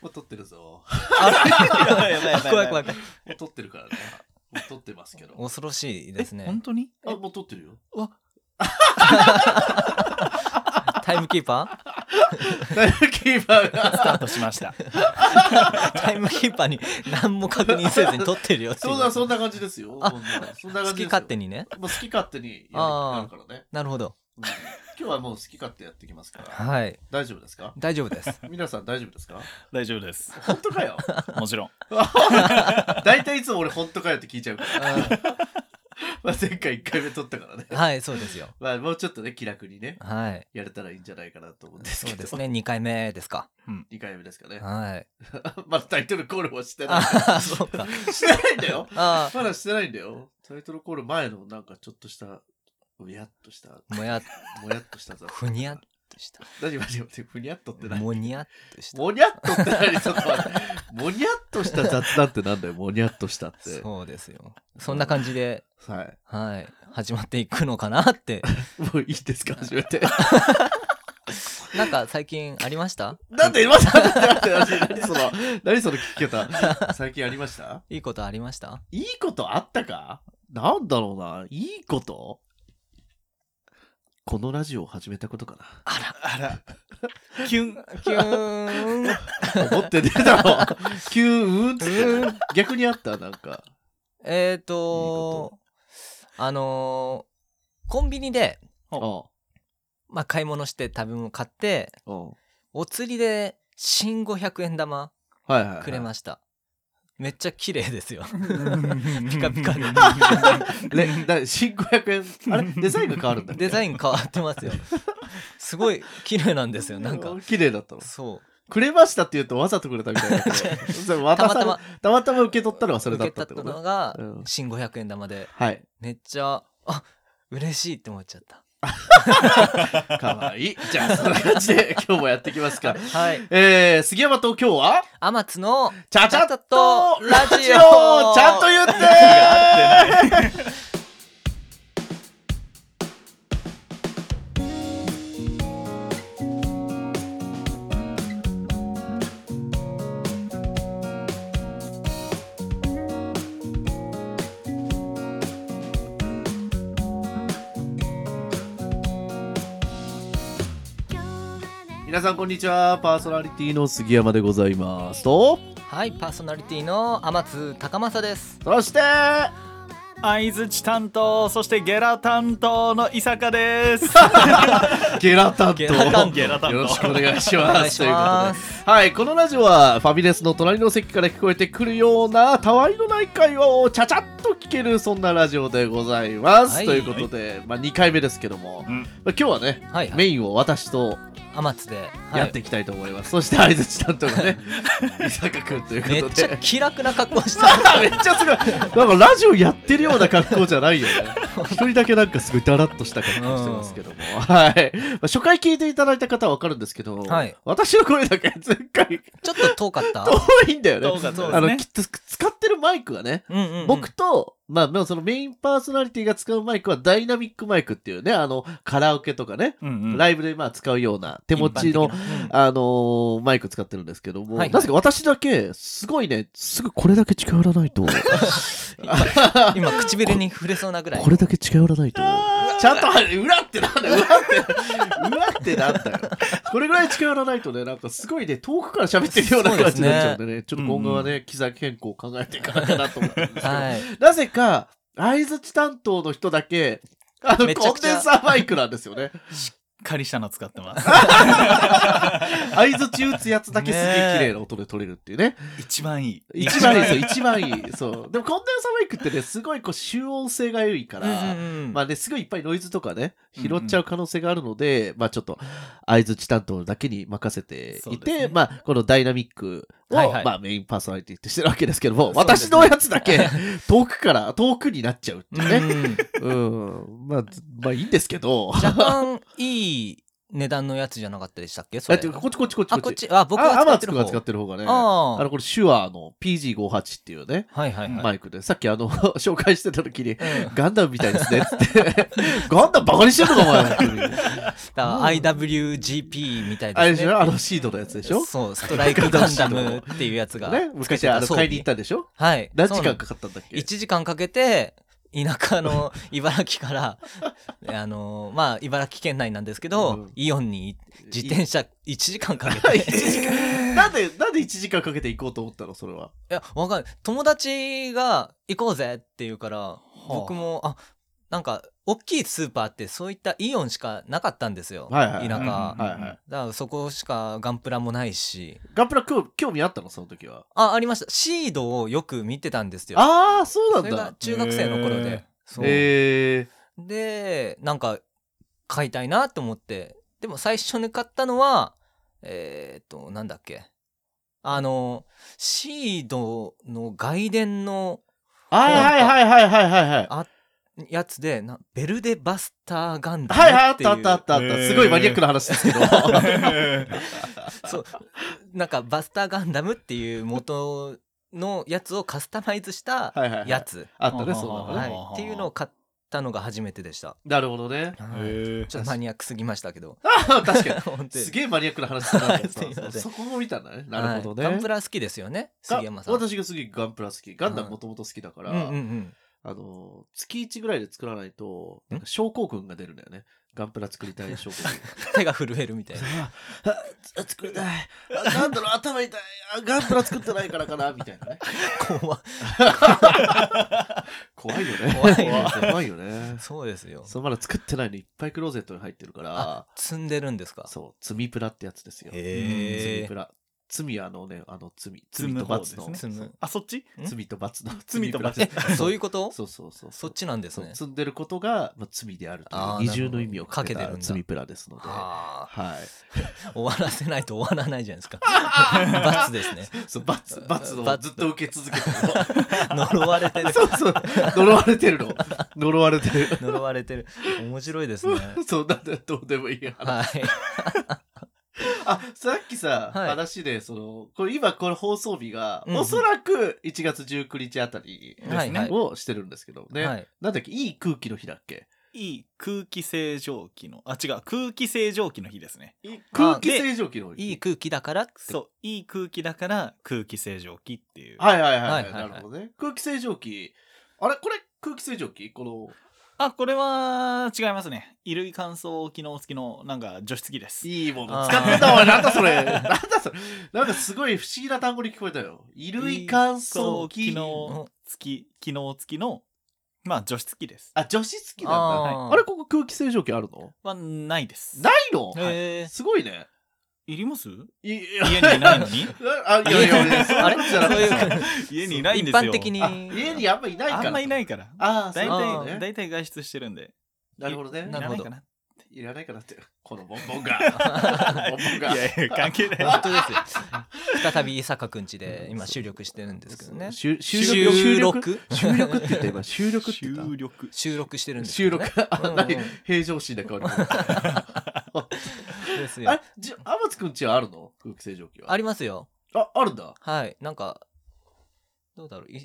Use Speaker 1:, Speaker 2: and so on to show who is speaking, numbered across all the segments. Speaker 1: もう撮ってるぞ。
Speaker 2: あやばいやばいやばい
Speaker 3: 怖い怖い怖い。
Speaker 1: もう撮ってるからね。もう撮ってますけ ど。
Speaker 3: 恐ろしいです
Speaker 2: え
Speaker 3: ね
Speaker 2: 本。当に
Speaker 1: あ、もう撮って るよ。
Speaker 3: タイムキーパ
Speaker 1: タイムキーパー
Speaker 2: スタ
Speaker 1: が。
Speaker 2: ートしました。
Speaker 3: ータイムキーパーに何も確認せずに撮ってるよってい
Speaker 1: そんな、そんな感じですよ。
Speaker 3: あ
Speaker 1: そんなそんな感
Speaker 3: 好
Speaker 1: じです
Speaker 3: き
Speaker 1: よ
Speaker 3: 勝手にね。
Speaker 1: もう好き勝手にやる
Speaker 3: あー
Speaker 1: やるからね。
Speaker 3: なるほど。
Speaker 1: うん今日はもう好き勝手やってきますから。
Speaker 3: はい。
Speaker 1: 大丈夫です か
Speaker 3: 大丈夫です。
Speaker 1: 皆さん大丈夫ですか
Speaker 2: 大丈夫です。
Speaker 1: 本当か よ。
Speaker 2: もちろん。
Speaker 1: 大体いつも俺本当かよって聞いちゃうから。 まあ前回1回目撮ったからね。
Speaker 3: はい、そうですよ。
Speaker 1: まあもうちょっとね、気楽にね、
Speaker 3: はい。
Speaker 1: やれたらいいんじゃないかなと思うんですけ
Speaker 3: そう
Speaker 1: ど。
Speaker 3: ですね。2回目ですか。
Speaker 1: 2回目ですかね。
Speaker 3: はい。
Speaker 1: まだタイトルコールはしてない。
Speaker 3: あ、そうか。
Speaker 1: してないんだよ。
Speaker 3: あ
Speaker 1: まだしてないんだよ。タイトルコール前のなんかちょっとした、もやっとした、
Speaker 3: もやっ
Speaker 1: もやっとした雑
Speaker 3: ふにゃっとし
Speaker 1: 何マジでふにゃっとって
Speaker 3: た。
Speaker 1: 何
Speaker 3: もにゃっとした。
Speaker 1: もにゃっとって何ちょっと待って。 もにゃっとした雑談ってなんだよ、もにゃっとしたって。
Speaker 3: そうですよ。そんな感じで、
Speaker 1: はい。
Speaker 3: はい。始まっていくのかなって。
Speaker 1: もういいですか、初め て。
Speaker 3: なんか最近ありました
Speaker 1: なんで今さ、なんでなんで何その、何その聞き方。最近ありました
Speaker 3: いいことありました
Speaker 1: いいことあったかなんだろうな。いいことこのラジオを始めたことかな。
Speaker 2: あら。キュン。
Speaker 3: キューン。
Speaker 1: 思ってねえだろ。 急うんって
Speaker 3: う
Speaker 1: 逆にあったなんか。
Speaker 3: えっ、ー、
Speaker 1: こと
Speaker 3: あのーコンビニで、
Speaker 1: うん
Speaker 3: まあ、買い物して食べ物買って
Speaker 1: うん。
Speaker 3: お釣りで新500円玉
Speaker 1: はいはいはい。
Speaker 3: くれました、めっちゃ綺麗で すよ
Speaker 2: ピ
Speaker 3: カピカで
Speaker 1: れだ新500円。あれデザインが変わるんだっけ。
Speaker 3: デザイ
Speaker 1: ン
Speaker 3: ン変わってますよすごい綺麗なんですよなんか
Speaker 1: 綺麗だったの。
Speaker 3: そう
Speaker 1: くれましたって言うとわざとくれたみたいだけどそれ
Speaker 3: た
Speaker 1: 渡
Speaker 3: ま
Speaker 1: され
Speaker 3: た
Speaker 1: たま
Speaker 3: ま
Speaker 1: たま受け取ったのがそれ
Speaker 3: 受
Speaker 1: だっ
Speaker 3: け
Speaker 1: た
Speaker 3: 取
Speaker 1: っ
Speaker 3: ってた
Speaker 1: こと
Speaker 3: のが
Speaker 1: うん
Speaker 3: 新500円玉で
Speaker 1: はい。
Speaker 3: めっちゃあ嬉しいって思っちゃった
Speaker 1: かわいい。じゃあ、そんな感じで今日もやっていきますか。
Speaker 3: はい
Speaker 1: えー、杉山と今日は、
Speaker 3: 天津の
Speaker 1: チャチャっとラ
Speaker 3: ラ
Speaker 1: ジ
Speaker 3: ジ
Speaker 1: オ
Speaker 3: オ
Speaker 1: ちゃんと言って皆さんこんにちはパーソナリティの杉山でございますと
Speaker 3: はいパーソナリティの天津高政です
Speaker 1: そして
Speaker 2: 相づち担当、そしてゲラ担当の伊坂です。
Speaker 1: ゲラ担当
Speaker 3: ゲラ担当
Speaker 2: ゲラ担当
Speaker 1: よろしくお願いし
Speaker 3: お願
Speaker 1: ま
Speaker 3: い
Speaker 1: す
Speaker 3: しま
Speaker 1: というこ
Speaker 3: す
Speaker 1: とではいこのラジオはファミレスの隣の席から聞こえてくるようなたわいのない会話をちゃちゃっと聞けるそんなラジオでございます、
Speaker 3: はい
Speaker 1: ということで、まあ、2回目ですけども、
Speaker 2: うん
Speaker 1: まあ、今日はね
Speaker 3: はい、はい、
Speaker 1: メインを私と
Speaker 3: 天津で、はい
Speaker 1: やっていきたいと思います、そして相づち担当がね伊坂君という
Speaker 3: め
Speaker 1: こ
Speaker 3: っ
Speaker 1: と
Speaker 3: ちゃ
Speaker 1: で
Speaker 3: 気楽な格好し てる
Speaker 1: めっちゃすごいなんかラジオやってるような格好じゃないよね一人だけなんかすごいダラッとした格好してますけども、はい、まあ、初回聞いていただいた方は分かるんですけど、
Speaker 3: はい
Speaker 1: 私の声だけ前回
Speaker 3: ちょっと遠かった
Speaker 1: 遠いんだよね
Speaker 2: 動画そうです
Speaker 1: あの
Speaker 2: ね
Speaker 1: きっ。と使ってるマイクがね
Speaker 3: うんうんうん
Speaker 1: 僕と、まあ、でもそのメインパーソナリティが使うマイクはダイナミックマイクっていうね、あの、カラオケとかね、
Speaker 2: うんうん
Speaker 1: ライブでまあ使うような手持ちの
Speaker 2: 一般的な
Speaker 1: あのーマイク使ってるんですけども、
Speaker 3: はいはい
Speaker 1: なぜか私だけ、すごいね、すぐこれだけ近寄らないと、
Speaker 3: 今唇に触れそうなぐらい
Speaker 1: これだけ近寄らないと、ちゃんとは、裏ってなんだよ、裏って、裏ってなんだよ。これぐらい近寄らないとね、なんかすごいね、遠くから喋ってるような
Speaker 3: そうで
Speaker 1: 感
Speaker 3: す
Speaker 1: じに
Speaker 3: ね
Speaker 1: なっちゃうんでね、ちょっと今後はね、機材変更を考えていかなきゃなと思ってるんですけど、
Speaker 3: はい
Speaker 1: なぜか、相づち担当の人だけ、あの、
Speaker 3: めち
Speaker 1: コ
Speaker 3: ゃ
Speaker 1: ン
Speaker 3: くちゃ
Speaker 1: デンサーマイクなんですよね。
Speaker 2: 仮したの使っ てます。
Speaker 1: 相づち打つやつだけすげえ綺麗な音で取れるっていうね。
Speaker 2: 一番いい。
Speaker 1: 一番いいですよ、一番いい。そう。でもコンデンサーマイクってね、すごいこう、集音性が良いか
Speaker 3: うん
Speaker 1: ら、
Speaker 3: うんうん
Speaker 1: まあね、すごいいっぱいノイズとかね、拾っちゃう可能性があるので、まあちょっと、相づち担当だけに任せて
Speaker 2: そう
Speaker 1: い
Speaker 2: で
Speaker 1: て、
Speaker 2: すね
Speaker 1: まあ、このダイナミックを、
Speaker 3: はいはい
Speaker 1: まあメインパーソナリティってしてるわけですけども、
Speaker 3: そうです
Speaker 1: 私
Speaker 3: ね
Speaker 1: のやつだけ、遠くから、遠くになっちゃうっていうね。
Speaker 3: うんう
Speaker 1: う
Speaker 3: ん
Speaker 1: ん。まあ、まあいいんですけど、
Speaker 3: 若干いい値段のやつじゃなかったでしたっけそ
Speaker 1: えっ
Speaker 3: れ
Speaker 1: と、こっちこっちこっち
Speaker 3: あこっちあ僕
Speaker 1: あ
Speaker 3: が
Speaker 1: ア
Speaker 3: 使っ
Speaker 1: マ
Speaker 3: て
Speaker 1: ツ
Speaker 3: る
Speaker 1: くん
Speaker 3: 方
Speaker 1: が使ってる方がねあ
Speaker 3: あー
Speaker 1: のこれ手話の PG58 っていうね
Speaker 3: はいはいはい、
Speaker 1: マイクでさっきあの 紹介してた時に
Speaker 3: うん
Speaker 1: 「ガンダムみたいですね」っつって 「ガンダムバカにしてんのかお前」っていう
Speaker 3: だから IWGP みたい
Speaker 1: あれ
Speaker 3: で
Speaker 1: ですし
Speaker 3: ね
Speaker 1: ょあのシードのやつでしょ
Speaker 3: そうストライクガンダムっていうやつが
Speaker 1: ね
Speaker 3: 使って
Speaker 1: 昔
Speaker 3: た
Speaker 1: あの
Speaker 3: 装備
Speaker 1: 買いに行ったんでしょ
Speaker 3: はい
Speaker 1: 何時
Speaker 3: そうなん
Speaker 1: 間かかったんだっけ
Speaker 3: 1時間かけて田 舎の茨城からあのまあ茨城県内なんですけど、
Speaker 1: うん
Speaker 3: イオンに自転車1時間かけ
Speaker 1: 一
Speaker 3: てい
Speaker 1: 時間なんでなんで1時間かけて行こうと思ったのそれは
Speaker 3: やわかんない友達が行こうぜって言うから僕もあなんか大きいスーパーってそういったイオンしかなかったんですよ、
Speaker 1: はいはい
Speaker 3: 田舎、
Speaker 1: うん
Speaker 3: だか
Speaker 1: はいはい
Speaker 3: らそこしかガンプラもないし
Speaker 1: ガンプラ興興味あったのその時は
Speaker 3: あありましたシードをよく見てたんですよ
Speaker 1: ああそう
Speaker 3: そ
Speaker 1: な
Speaker 3: れ
Speaker 1: ん
Speaker 3: が
Speaker 1: だ
Speaker 3: 中学生の頃
Speaker 2: へ
Speaker 3: で
Speaker 2: ー
Speaker 3: そう
Speaker 1: えー
Speaker 3: でなんか買いたいなと思ってでも最初に買ったのはえーっとなんだっけあのシードの外伝の
Speaker 1: はいはいはいはいはいはい
Speaker 3: やつでなベルデバスターガンダム
Speaker 1: はいはいあ
Speaker 3: っ
Speaker 1: って
Speaker 3: いう、
Speaker 1: たあったあったあっ
Speaker 2: え
Speaker 1: た
Speaker 2: ー
Speaker 1: すごいマニアックな話ですけど
Speaker 3: そうなんかバスターガンダムっていう元のやつをカスタマイズした
Speaker 1: はいはいはい
Speaker 3: やつ、
Speaker 1: あったねそうなの
Speaker 2: は
Speaker 1: ね
Speaker 2: い
Speaker 3: はい、っていうのを買ったのが初めてでした、
Speaker 1: なるほどね
Speaker 3: はいちょっとマニアックすぎましたけど
Speaker 1: 確かに
Speaker 3: 本当に
Speaker 1: すげえマニアックな話だなと 思っ
Speaker 3: すい
Speaker 1: た
Speaker 3: ません
Speaker 1: そこも見たんだねなるほど
Speaker 3: はい
Speaker 1: ね
Speaker 3: ガンプラ好きですよね杉山さん
Speaker 1: が私がすげえガンプラ好きガンダムもともと好きだから、
Speaker 3: うんうんうん
Speaker 1: あの月1ぐらいで作らないとなんか症候群が出るんだよねガンプラ作りたい症候群
Speaker 3: 手が震えるみたいな。
Speaker 1: ああ作りたいあなんだろう頭痛いあガンプラ作ってないからかなみたいなね
Speaker 3: 怖っ
Speaker 1: 怖いよね
Speaker 3: 怖いよ
Speaker 1: 怖いよね
Speaker 3: そうですよ。
Speaker 1: そうまだ作ってないのいっぱいクローゼットに入ってるから
Speaker 3: あ、積んでるんですか。
Speaker 1: そう積みプラってやつですよ
Speaker 2: へ
Speaker 1: 罪プ
Speaker 3: え。
Speaker 1: ラ罪はあのねあの罪
Speaker 2: 積
Speaker 1: 罪
Speaker 2: む
Speaker 1: と
Speaker 2: 方
Speaker 1: 罰の、
Speaker 2: です
Speaker 3: 積む
Speaker 2: あそっち
Speaker 3: ね
Speaker 1: 罪と罰の
Speaker 2: 罪と罰
Speaker 1: 罪プラ
Speaker 3: そういうこと。
Speaker 1: そうそうそう
Speaker 3: そっ
Speaker 1: ち
Speaker 3: ちなんです
Speaker 1: そう
Speaker 3: ね。
Speaker 1: 積んでることが、まあ、罪であるとい
Speaker 3: あ
Speaker 1: う
Speaker 3: ー
Speaker 1: 二重の意味をかけ
Speaker 3: なる
Speaker 1: た
Speaker 3: ほどかけてる
Speaker 1: 罪
Speaker 3: んだ
Speaker 1: プラですのでは
Speaker 3: あ
Speaker 1: い
Speaker 3: あ、終わらせないと終わらないじゃないで すか。罰ですね。
Speaker 1: そう罰罰を
Speaker 3: 罰
Speaker 1: ずっと受け続けてる
Speaker 3: 呪われてる
Speaker 1: の。そうそう呪われて るの呪われてる
Speaker 3: 呪われてる。面白いですね。
Speaker 1: そうなんだどうでもいい話、
Speaker 3: はい。
Speaker 1: あさっきさ、
Speaker 3: はい
Speaker 1: 話でそのこれ今これ放送日が、
Speaker 3: うんうん
Speaker 1: おそらく1月19日あたり
Speaker 3: はいはい。
Speaker 1: をしてるんですけどね、
Speaker 3: はい。
Speaker 1: なんだっけいい空気の日だっけ
Speaker 2: いい空気清浄機のあ違う空気清浄機の日ですね
Speaker 1: 空気清浄機の
Speaker 3: いい空気だからって。
Speaker 2: そういい空気だから空気清浄機っていう
Speaker 1: はいはいはい、は
Speaker 3: はいいはいはい
Speaker 1: なるほどね空気清浄機あれこれ空気清浄機この
Speaker 2: あこれは違いますね衣類乾燥機能付きのなんか除湿機です
Speaker 1: いいもの
Speaker 3: あー
Speaker 1: 使ってたわなんだそれなんだそれなんかすごい不思議な単語に聞こえたよ衣類乾燥機
Speaker 2: 乾燥機能付き機能付きのまあ除湿機です
Speaker 1: あ女子付きなんだ
Speaker 3: あ
Speaker 1: あ
Speaker 3: ー
Speaker 1: れここ空気清浄機あるの
Speaker 2: はないです
Speaker 1: ないの、
Speaker 3: へえ。
Speaker 1: すごいね
Speaker 2: いります
Speaker 1: いい
Speaker 2: 家にいないのに
Speaker 1: あいやいやいやそん
Speaker 3: あ
Speaker 1: な
Speaker 3: れ
Speaker 1: こ
Speaker 3: そう
Speaker 1: とじゃなくて
Speaker 3: いう
Speaker 2: 家にいないん
Speaker 3: 一
Speaker 2: ですよ
Speaker 3: 般的に
Speaker 1: あ家にあんまいないから
Speaker 2: あんまいないから
Speaker 1: ああそうい
Speaker 2: 大
Speaker 1: うこと
Speaker 2: 体
Speaker 1: ね
Speaker 2: 大体外出してるんで
Speaker 1: なるほどね
Speaker 2: い
Speaker 3: なるほど
Speaker 2: いらない
Speaker 1: いらないかなってこのボンボンがボンボン
Speaker 2: か
Speaker 1: が
Speaker 2: ないやいや関係ない
Speaker 3: 本当ですよ。再び伊坂くん家で今収録してるんですけどね。
Speaker 1: 収録
Speaker 3: 収
Speaker 1: 収録
Speaker 3: 録
Speaker 1: 収録って言った今収録って言った
Speaker 2: 収録
Speaker 3: 収録してるんですけ
Speaker 1: 収
Speaker 3: どね
Speaker 1: 録あ
Speaker 3: うんうん
Speaker 1: 何平常心な顔に なる
Speaker 3: ですよ
Speaker 1: あれじゃ天津くんちはあるの空気清浄機は
Speaker 3: ありますよ
Speaker 1: ああるんだ
Speaker 3: はいなんかどうだろうい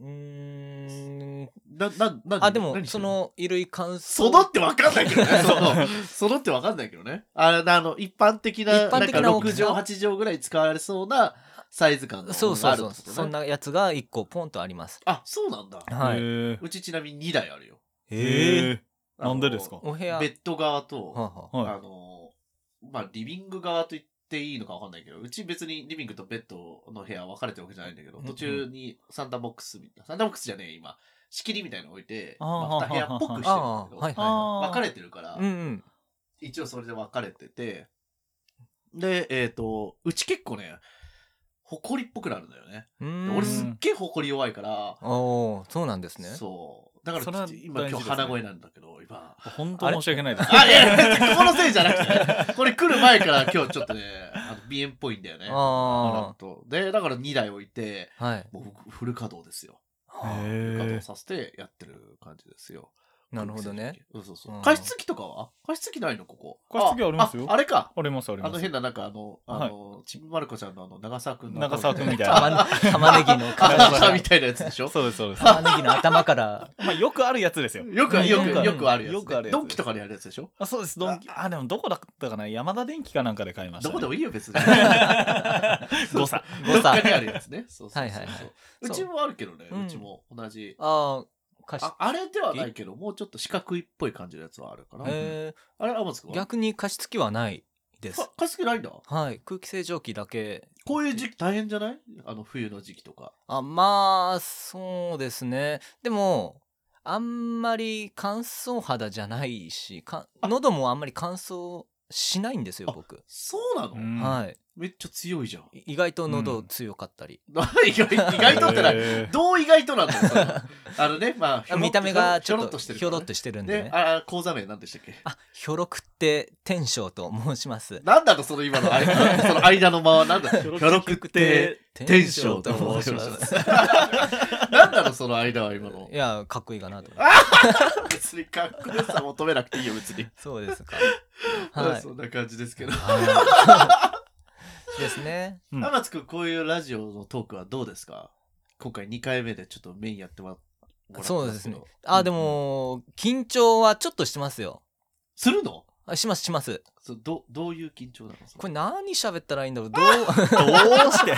Speaker 3: うーん
Speaker 1: ななな
Speaker 3: あでも
Speaker 1: 何して
Speaker 3: そ
Speaker 1: んの
Speaker 3: の衣類乾燥
Speaker 1: そのってわかんないけ どね
Speaker 2: そう
Speaker 1: そのそのってわかんないけどねああの一般的な
Speaker 3: 一般的な
Speaker 1: なん
Speaker 3: 大
Speaker 1: か
Speaker 3: き
Speaker 1: 6
Speaker 3: さ
Speaker 1: 畳8畳ぐらい使われそうなサイズ感の
Speaker 3: そうそう
Speaker 1: も
Speaker 3: そ
Speaker 1: の
Speaker 3: う
Speaker 1: があるってことね
Speaker 3: そんなやつが一個ポンとあります
Speaker 1: あそうなんだ
Speaker 3: はい
Speaker 1: うちちなみに2台あるよ
Speaker 2: ええ
Speaker 1: あの
Speaker 2: なんでですか
Speaker 3: お部
Speaker 1: ベ
Speaker 3: 屋
Speaker 1: ッド側と、
Speaker 3: はあはあ
Speaker 2: は
Speaker 1: あ
Speaker 2: い
Speaker 1: のまあリビング側と言っていいのかわかんないけどうち別にリビングとベッドの部屋分かれてるわけじゃないんだけど
Speaker 3: うん
Speaker 1: 途中にサンダーボックスみたいなサンダーボックスじゃねえ今仕切りみたいなの置いて
Speaker 2: あ
Speaker 1: ま
Speaker 2: ー
Speaker 1: あ、2部屋っぽくしてるんだけ
Speaker 3: ああ
Speaker 1: ど、
Speaker 3: はいは
Speaker 2: あー
Speaker 1: 分かれてるから、
Speaker 3: いうんうん
Speaker 1: 一応それで分かれててでえっ、とうち結構ね埃っぽくなるんだよね
Speaker 3: う
Speaker 1: で
Speaker 3: ーん
Speaker 1: 俺すっげえ埃弱いから、
Speaker 3: おーそうなんですね
Speaker 1: そうだか
Speaker 2: それは
Speaker 1: ら
Speaker 2: 大事
Speaker 1: 今
Speaker 2: です
Speaker 1: 今
Speaker 2: ね
Speaker 1: 日鼻声なんだけど今
Speaker 2: 本当申し訳ないです
Speaker 1: あ、いやいや、このせいじゃなくて、これ来る前から今日ちょっとね、あの鼻炎っぽいんだよね。
Speaker 3: あ
Speaker 1: とで、だから2台置いて、
Speaker 3: あはい
Speaker 1: もうフル稼働ですよ。
Speaker 3: はあ
Speaker 1: フル稼
Speaker 2: へ
Speaker 1: 働させてやってる感じですよ。
Speaker 3: なるほどね。
Speaker 1: うんそうそう
Speaker 3: うん
Speaker 1: 加湿器とかは加湿器ないのここ。
Speaker 2: 加湿器ありますよ
Speaker 1: ああれか。
Speaker 2: ありますあり
Speaker 1: あ
Speaker 2: ま
Speaker 1: の
Speaker 2: す
Speaker 1: 変ななんかあの、あの、ちびまる子ちゃんのあの、長澤くんの。
Speaker 2: 長澤くんみたい
Speaker 3: 玉
Speaker 2: な
Speaker 3: 玉ねぎの皮
Speaker 1: あ
Speaker 3: か
Speaker 1: みたいなやつでしょ
Speaker 2: そうですそうです、
Speaker 3: 玉ねぎの頭から
Speaker 2: まあ、よくあるやつですよ
Speaker 1: よく、よく、
Speaker 3: うん
Speaker 1: よくあるやつね。
Speaker 2: よくあるやつ
Speaker 1: ドンキとかでやるやつでしょ
Speaker 2: あそうですドンキあでもどこだったかな山田電機かなんかで買いまし
Speaker 1: ど
Speaker 2: た、ね、
Speaker 1: こでもいいよ、 別に。
Speaker 2: 誤差
Speaker 1: ど
Speaker 3: 誤
Speaker 1: っか
Speaker 3: 差
Speaker 1: にあるやつね。そうそうそう
Speaker 3: はいはいはいう
Speaker 1: ちもあるけどね、
Speaker 3: うん
Speaker 1: うちも同じ。
Speaker 3: ああ加湿
Speaker 1: ああれではないけど、もうちょっと四角いっぽい感じのやつはあるかな。
Speaker 3: え
Speaker 1: あれ、アマツく
Speaker 3: ー
Speaker 1: んは
Speaker 3: 逆に加湿器はないです
Speaker 1: か加湿器ないんだ。
Speaker 3: はい空気清浄機だけ
Speaker 1: こういう時期大変じゃないあの、冬の時期とか。
Speaker 3: あまあそうですねでもあんまり乾燥肌じゃないしか
Speaker 1: あ
Speaker 3: 喉もあんまり乾燥しないんですよ
Speaker 1: あ
Speaker 3: 僕
Speaker 1: そうなの、
Speaker 2: うん
Speaker 3: はい
Speaker 1: めっちゃ強いじゃん。
Speaker 3: 意外と喉強かったり、
Speaker 1: 意外意外とって ない。
Speaker 2: えー
Speaker 1: どう意外となんだよそれは。あのね、まあ、
Speaker 3: 見た目が
Speaker 1: ひ
Speaker 3: ち
Speaker 1: ょ
Speaker 3: ょ
Speaker 1: ろ
Speaker 3: っ
Speaker 1: っ
Speaker 3: と
Speaker 1: としてる
Speaker 3: ひ
Speaker 1: か
Speaker 3: ょろ
Speaker 1: ら
Speaker 3: っ
Speaker 1: ね。
Speaker 3: としてるんで
Speaker 1: で
Speaker 3: ね、
Speaker 1: あ、講座名なんでしたっけ
Speaker 3: あひょろくって天章と申します
Speaker 1: なんだの その今の間、その間の間は なんだひょろくって、天章と申します。なんだのその間は今の
Speaker 3: い。やかっこいいかなと思って
Speaker 1: 別にかっこよさ求めなくていいよ、別に。
Speaker 3: そうですか
Speaker 1: は、
Speaker 3: は いい
Speaker 1: そんな感じですけど。
Speaker 3: はいですね
Speaker 2: うん
Speaker 1: 天津くん、こういうラジオのトークはどうですか今回2回目でちょっとメインやってもらった
Speaker 3: そうですね
Speaker 1: もらったんけど
Speaker 3: あでも緊張はちょっとしてますよ
Speaker 1: するの
Speaker 3: あしますします
Speaker 1: そどどういう緊張なのそ
Speaker 3: こ
Speaker 1: れ
Speaker 3: れ何喋ったらいいんだろうどう
Speaker 2: どうして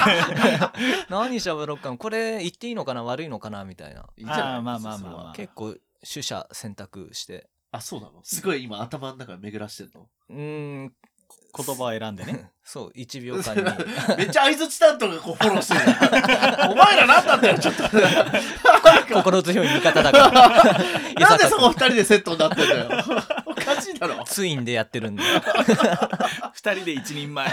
Speaker 3: 何喋ろうかなこれ言っていいのかな悪いのかなみたいない
Speaker 1: いじゃない
Speaker 2: あーまあまあまあまあ
Speaker 1: それは
Speaker 3: 結構取捨選択して
Speaker 1: あ、そうなのすごい今頭の中巡らしてんの。
Speaker 3: うーん
Speaker 2: 言葉を選んで ね
Speaker 3: そう1秒間に
Speaker 1: めっちゃ相槌担当がこうフォローしてるじゃん。お前ら何なんだよ、ちょっと。
Speaker 3: 心強い味方だから
Speaker 1: なんでそこ二人でセットになってんだよ。おかしいだろ。
Speaker 3: ツインでやってるんで
Speaker 2: 二人で一人前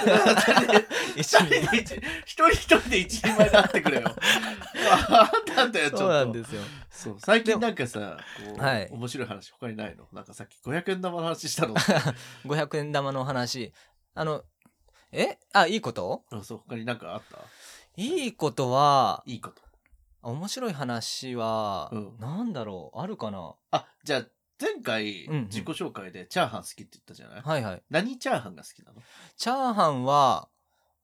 Speaker 3: 一
Speaker 1: 一
Speaker 3: 緒
Speaker 1: 人
Speaker 3: に
Speaker 1: で一一人一人で一人前になってく れよ。なんなんだよ、ちょっと。
Speaker 3: そうなんですよ
Speaker 1: そう最近なんかさ、こう、
Speaker 3: はい
Speaker 1: 面白い話他にないのなんかさっき500円玉の話したの。
Speaker 3: 500円玉の話あのえあいいこと
Speaker 1: あそう、他になんかあった
Speaker 3: いいことはい
Speaker 1: いこと。
Speaker 3: 面白い話は、
Speaker 1: うん
Speaker 3: なんだろうあるかな
Speaker 1: あ、じゃあ、前回
Speaker 3: うんうん
Speaker 1: 自己紹介でチャーハン好きって言ったじゃない、
Speaker 3: はいはい
Speaker 1: 何チャーハンが好きなの
Speaker 3: チャーハンは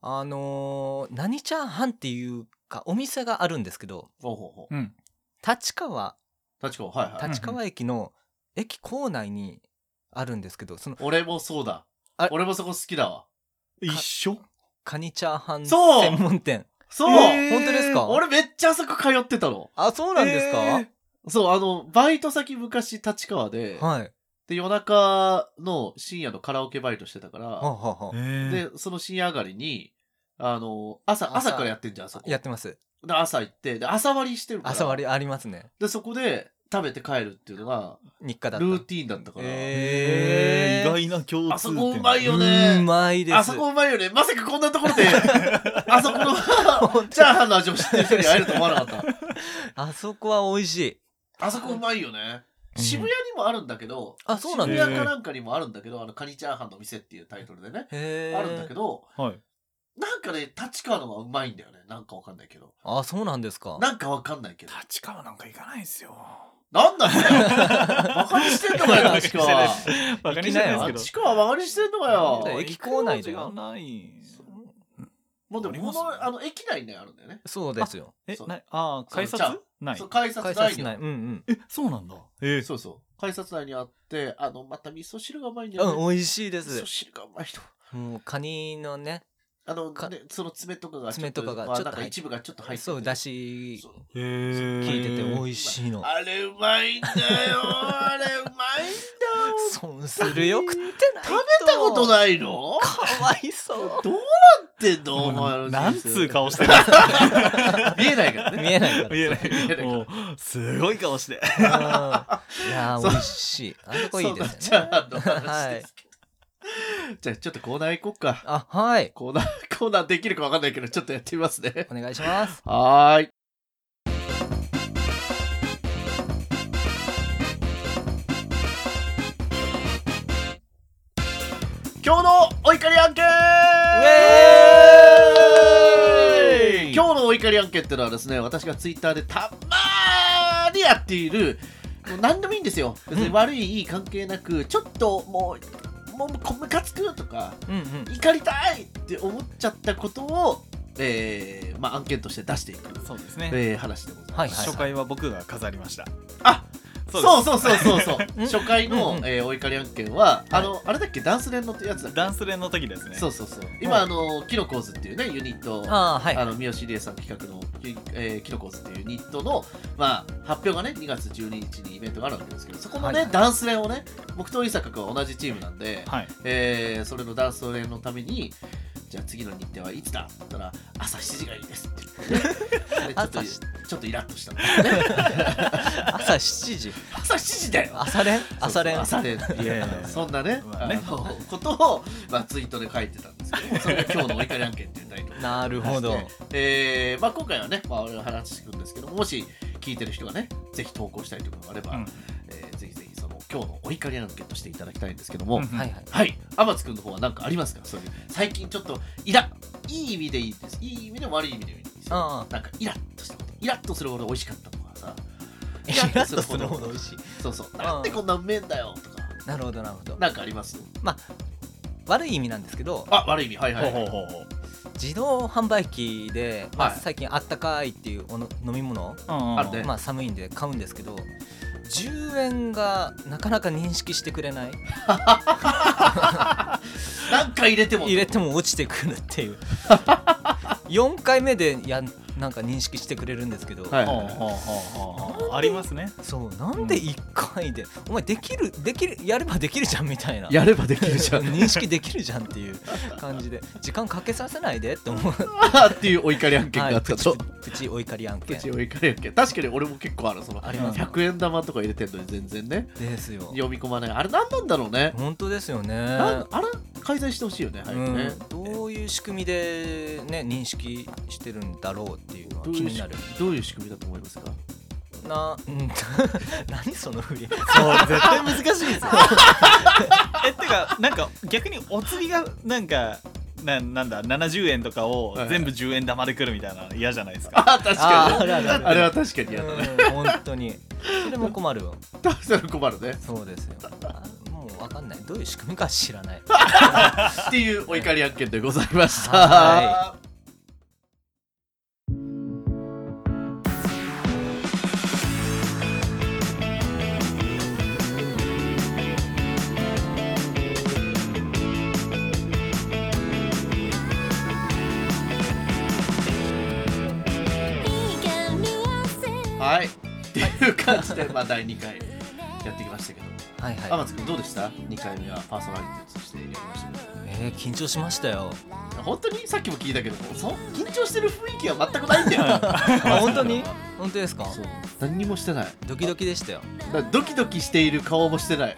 Speaker 3: あのー何チャーハンっていうかお店があるんですけど
Speaker 1: ほうほうほう。
Speaker 2: うん
Speaker 3: 立川
Speaker 1: 確か、はいはい。
Speaker 3: 立川駅の駅構内にあるんですけどその
Speaker 1: 俺もそうだ
Speaker 3: あ。
Speaker 1: 俺もそこ好きだわ。
Speaker 2: 一緒
Speaker 3: カニチャーハン
Speaker 1: そう
Speaker 3: 専門店
Speaker 1: そう、
Speaker 2: えー
Speaker 3: 本当ですか
Speaker 1: 俺めっちゃあそこ通ってたの。
Speaker 3: あそうなんですか、
Speaker 2: え
Speaker 1: そう、あの、バイト先昔立川で、
Speaker 3: はいは
Speaker 1: で、夜中の深夜のカラオケバイトしてたから、
Speaker 3: あはあはあ
Speaker 1: で、その深夜上がりに、あの、朝、
Speaker 3: 朝
Speaker 1: 朝からやってんじゃん、あそこ。
Speaker 3: やってます
Speaker 1: で、朝行って、で、朝割りしてるから。
Speaker 3: 朝割りありますね
Speaker 1: で、そこで食べて帰るっていうのが、
Speaker 3: 日課だった
Speaker 1: ルーティーンだったから。
Speaker 3: えー
Speaker 2: 意外な共通点
Speaker 1: あそこうまいよ
Speaker 3: う
Speaker 1: ね。
Speaker 3: まいです
Speaker 1: あそこうまいよね。まさかこんなところで、 あそこの
Speaker 3: 本
Speaker 1: チャーハンの味を知ってる人に会えると思わなかっ
Speaker 3: あそこは美味しい
Speaker 1: た。あそこうまいよね。
Speaker 3: うん
Speaker 1: 渋谷にもあるんだけど、
Speaker 3: あそうなん
Speaker 2: だ
Speaker 1: 渋谷かなんかにもあるんだけど、あの、カニチャーハンの店っていうタイトルでね、
Speaker 3: へえ
Speaker 1: あるんだけど、
Speaker 2: はい
Speaker 1: なんかね、立川の方がうまいんだよね。なんかわかんないけど。
Speaker 3: あそうなんですか
Speaker 1: なんかわかんないけど。
Speaker 2: 立川なんか行かないですよ
Speaker 1: なんなん だよ。バカにしてんのかよ、立川。
Speaker 2: バカにしてバカにしてないですけど
Speaker 1: 立川バカにしてんのかよ
Speaker 3: だ。よ駅構内だよ
Speaker 2: 行く用事がない
Speaker 1: もうでも、
Speaker 2: あります
Speaker 1: この、あの、駅内にあるんだよね。
Speaker 3: そうですよ
Speaker 2: え
Speaker 1: そう
Speaker 2: なあー改札
Speaker 1: そうじゃ
Speaker 2: ない
Speaker 1: そう、改札
Speaker 3: 改
Speaker 1: 内
Speaker 3: 札
Speaker 1: に
Speaker 3: ない
Speaker 1: あ
Speaker 3: うんうん
Speaker 2: えそうなんだえ
Speaker 1: る。そうそう。改札内にあって、あの、また味噌汁がうまいんだよね。
Speaker 3: うん美味しいで
Speaker 1: 味
Speaker 3: す
Speaker 1: 噌汁がうまい人。
Speaker 3: もうカニのね
Speaker 1: あの、
Speaker 3: か
Speaker 1: ね、その爪とかがちょっと、
Speaker 3: 爪とかが
Speaker 1: まあ
Speaker 3: ちょっと
Speaker 1: なんか
Speaker 3: 入っ
Speaker 1: 一部がちょっと入ってて
Speaker 3: そうだし
Speaker 1: そう
Speaker 2: え
Speaker 3: 効いてて美
Speaker 2: い
Speaker 3: 味しいの
Speaker 1: あれうまいんだよ。あれうまいんだよ。
Speaker 3: 損するよ食ってない
Speaker 1: 食べたこと
Speaker 3: い
Speaker 1: ないの
Speaker 3: かわいそう
Speaker 1: どうなってんのお前の人生
Speaker 2: なんつう顔してるんですか
Speaker 1: 見えないからね。
Speaker 3: 見えない
Speaker 2: 見えな
Speaker 1: 見えない
Speaker 2: いもうすごい顔して
Speaker 3: からうん いやー美味しいあそこいいです
Speaker 1: そう
Speaker 3: よ
Speaker 1: だ
Speaker 3: ね
Speaker 1: じゃああの話ですけど、じゃあちょっとコーナー行こうか。
Speaker 3: あはい
Speaker 1: コーナ ー、コーナーできるかわかんないけど、ちょっとやってみますね。
Speaker 3: お願いします
Speaker 1: はーい。今日のお怒り案件
Speaker 3: ウェーイ
Speaker 1: 今日のお怒り案件ってのはですね、私がツイッターでたまーにやっている、もう何でもいいんですよ別に悪いいい関係なくちょっともうもうこむかつくとか
Speaker 3: うんうん
Speaker 1: 怒りたいって思っちゃったことを、えーまあ、案件として出していく、
Speaker 2: そうですね、
Speaker 1: えー話でございます。
Speaker 3: はいはい
Speaker 2: 初回は僕が飾りました
Speaker 1: あ
Speaker 2: そ
Speaker 1: そうう
Speaker 2: です
Speaker 1: そうそうそうそう
Speaker 3: ん
Speaker 1: 初回の、
Speaker 3: うんうん
Speaker 1: えーお怒り案件は、あのあれだっけダンス連のってやつだっけ
Speaker 2: ダンス連の時ですね
Speaker 1: そうそうそう今、あのキノコーズっていうねユニット
Speaker 3: ああはい
Speaker 1: あの三好理恵さん企画の、えー、キノコーズっていうユニットの、まあ、発表がね2月12日にイベントがあるわけですけどそこのね、
Speaker 3: はいはい
Speaker 1: ダンス練をね僕と伊坂君は同じチームなんで、
Speaker 2: はい
Speaker 1: えーそれのダンス練のためにじゃあ次の日程はいつだって言ったら朝7時がいいですって言ってでちょっと
Speaker 3: 朝し
Speaker 1: ちょっとイラッとしたんだよね
Speaker 3: 朝7時
Speaker 1: 朝7時だよ
Speaker 3: 朝練朝練
Speaker 1: そうそう朝
Speaker 2: いやいやい
Speaker 1: 練
Speaker 2: や
Speaker 1: そんなね,、
Speaker 2: まあね
Speaker 1: あのことを、まあ、ツイートで書いてたんですけどそれが今日のお怒り案件っていうタイトル
Speaker 3: なるほど
Speaker 1: えーまあ、今回はね、まあ、俺が話していくんですけどももし聞いてる人がねぜひ投稿したいということがあれば、
Speaker 2: うん
Speaker 1: えーぜひぜひその今日のお怒り案件としていただきたいんですけども、
Speaker 2: うん
Speaker 3: はいはい
Speaker 1: はい天津君の方は何かありますかそういう最近ちょっとイラいい意味でいいですいい意味でも悪い意味でもいいですよ
Speaker 3: あ
Speaker 1: なんかイラッとしたことイラッとするほど美味しかったとかさ
Speaker 3: あイラッとするほど美味しい
Speaker 1: そうそうなんでこんなうめえんだよとか
Speaker 3: なるほどなるほど
Speaker 1: なんかあります
Speaker 3: 悪い意味なんですけど
Speaker 1: あ悪い意味はいはい、
Speaker 2: ほうほうほう
Speaker 3: 自動販売機で、まあ
Speaker 1: はい
Speaker 3: 最近あったかいっていうおの飲み物、
Speaker 2: ほう、うんうん、
Speaker 1: あるね
Speaker 3: まあ、寒いんで買うんですけど10円がなかなか認識してくれない
Speaker 1: なんか入れても
Speaker 3: 入れても落ちてくるっていう 4回目でやなんか認識してくれるんですけど、
Speaker 1: はい
Speaker 2: ほうほうほうほうありますね
Speaker 3: そうなんで1回で、お前できるできるやればできるじゃんみたいな
Speaker 1: やればできるじゃん
Speaker 3: 認識できるじゃんっていう感じで時間かけさせないでって思う
Speaker 1: あー っていうお怒り案件があ
Speaker 3: はい
Speaker 1: っ
Speaker 3: プ
Speaker 1: た
Speaker 3: チ
Speaker 1: と。
Speaker 3: プチお怒り案
Speaker 1: プ
Speaker 3: 件
Speaker 1: チお怒り案件確かに俺も結構あるその
Speaker 3: あります
Speaker 1: 100円玉とか入れてんのに全然ね
Speaker 3: ですよ
Speaker 1: 読み込まないあれ何なんだろうね、
Speaker 3: 本当ですよね
Speaker 1: なんあれ改善してほしいよね早くね、
Speaker 3: うん、どういう仕組みで、ね、認識してるんだろうっていうのは
Speaker 1: どう
Speaker 3: 気
Speaker 1: いう
Speaker 3: に
Speaker 1: 仕
Speaker 3: なる
Speaker 1: どういう仕組みだと思いますか
Speaker 3: な、うん 何その振り
Speaker 2: そう絶対難しいですよえってかなんか逆にお釣りがなんかななんだ70円とかを
Speaker 1: はい
Speaker 2: 全部10円玉でくるみたいなの嫌じゃないですか
Speaker 1: あ確か
Speaker 3: あるある
Speaker 1: に
Speaker 3: あ
Speaker 1: あ
Speaker 3: る
Speaker 1: れは確かに嫌だね、
Speaker 3: うん本当にそれも困るよ
Speaker 1: どうしたら困るね
Speaker 3: そうですよあもう分かんないどういう仕組みか知 らない
Speaker 1: っていうお怒り案件でございました
Speaker 3: は
Speaker 1: はいっていう感じでまあ第2回やってきましたけど
Speaker 3: はいはい、
Speaker 1: 天津君どうでした2回目はパーソナリティとしてやりましたけど
Speaker 3: えー緊張しましたよ
Speaker 1: 本当にさっきも聞いたけどそ緊張してる雰囲気は全くないんだ よ
Speaker 3: あ 本当に本当ですか
Speaker 1: そう何にもしてない
Speaker 3: ドキドキでしたよ
Speaker 1: だからドキドキしている顔もしてない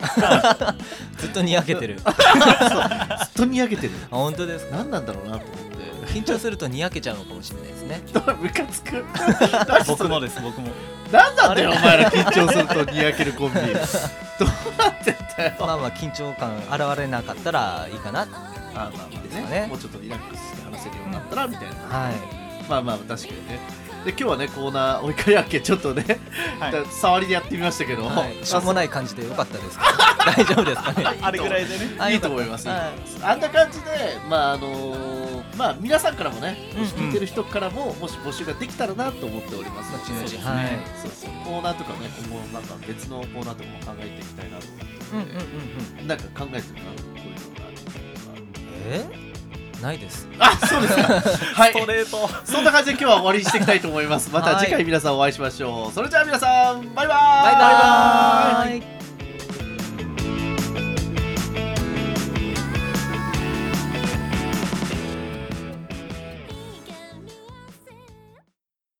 Speaker 3: ずっとにやけて るあ
Speaker 1: ずっとにやけてる
Speaker 3: 本当ですか
Speaker 1: 何なんだろうなと思って
Speaker 3: 緊張するとにやけちゃうのかもしれないで すね
Speaker 1: ちょっとムカつ く
Speaker 2: 僕もです僕も
Speaker 1: 何なんだよお前ら緊張するとにやける コンビどうなってんだよ
Speaker 3: まあまあ緊張感現れなかったらいいかなは
Speaker 1: あまあまあねもうちょっとリラックスして話せるようになったらみたいな、
Speaker 3: い
Speaker 1: まあまあ確かにねで今日はねコーナー追いかりあっけちょっとね、
Speaker 2: はい
Speaker 1: だ 触りでやってみましたけど、
Speaker 3: はい、しょうも
Speaker 1: あ
Speaker 3: ない感じでよかったですか 大丈夫ですかね
Speaker 2: あれぐらいでね
Speaker 3: あ
Speaker 1: いいと思います、
Speaker 3: よか
Speaker 1: いい
Speaker 3: っ
Speaker 1: と思いますあんな感じでまああのーまあ皆さんからもね、
Speaker 3: うんうん
Speaker 1: 聞いてる人からももし募集ができたらなと思っております
Speaker 3: た後
Speaker 2: そうです
Speaker 3: 々
Speaker 2: ね
Speaker 3: はい
Speaker 1: そうそうコーナーとかね今後なんか別のコーナーとかも考えていきたいなと思
Speaker 3: うんう
Speaker 1: っ
Speaker 3: ん
Speaker 1: て
Speaker 3: う
Speaker 1: て、
Speaker 3: んうん
Speaker 1: なんか考えてるなこういうのがあると
Speaker 3: えないです
Speaker 1: か あそうですかは
Speaker 2: スト
Speaker 1: い
Speaker 2: レート
Speaker 1: そんな感じで今日は終わりにしていきたいと思いますまた次
Speaker 3: は
Speaker 1: 回
Speaker 3: い
Speaker 1: 皆さんお会いしましょうそれじゃあ皆さんバイバーイ
Speaker 3: バイバーイ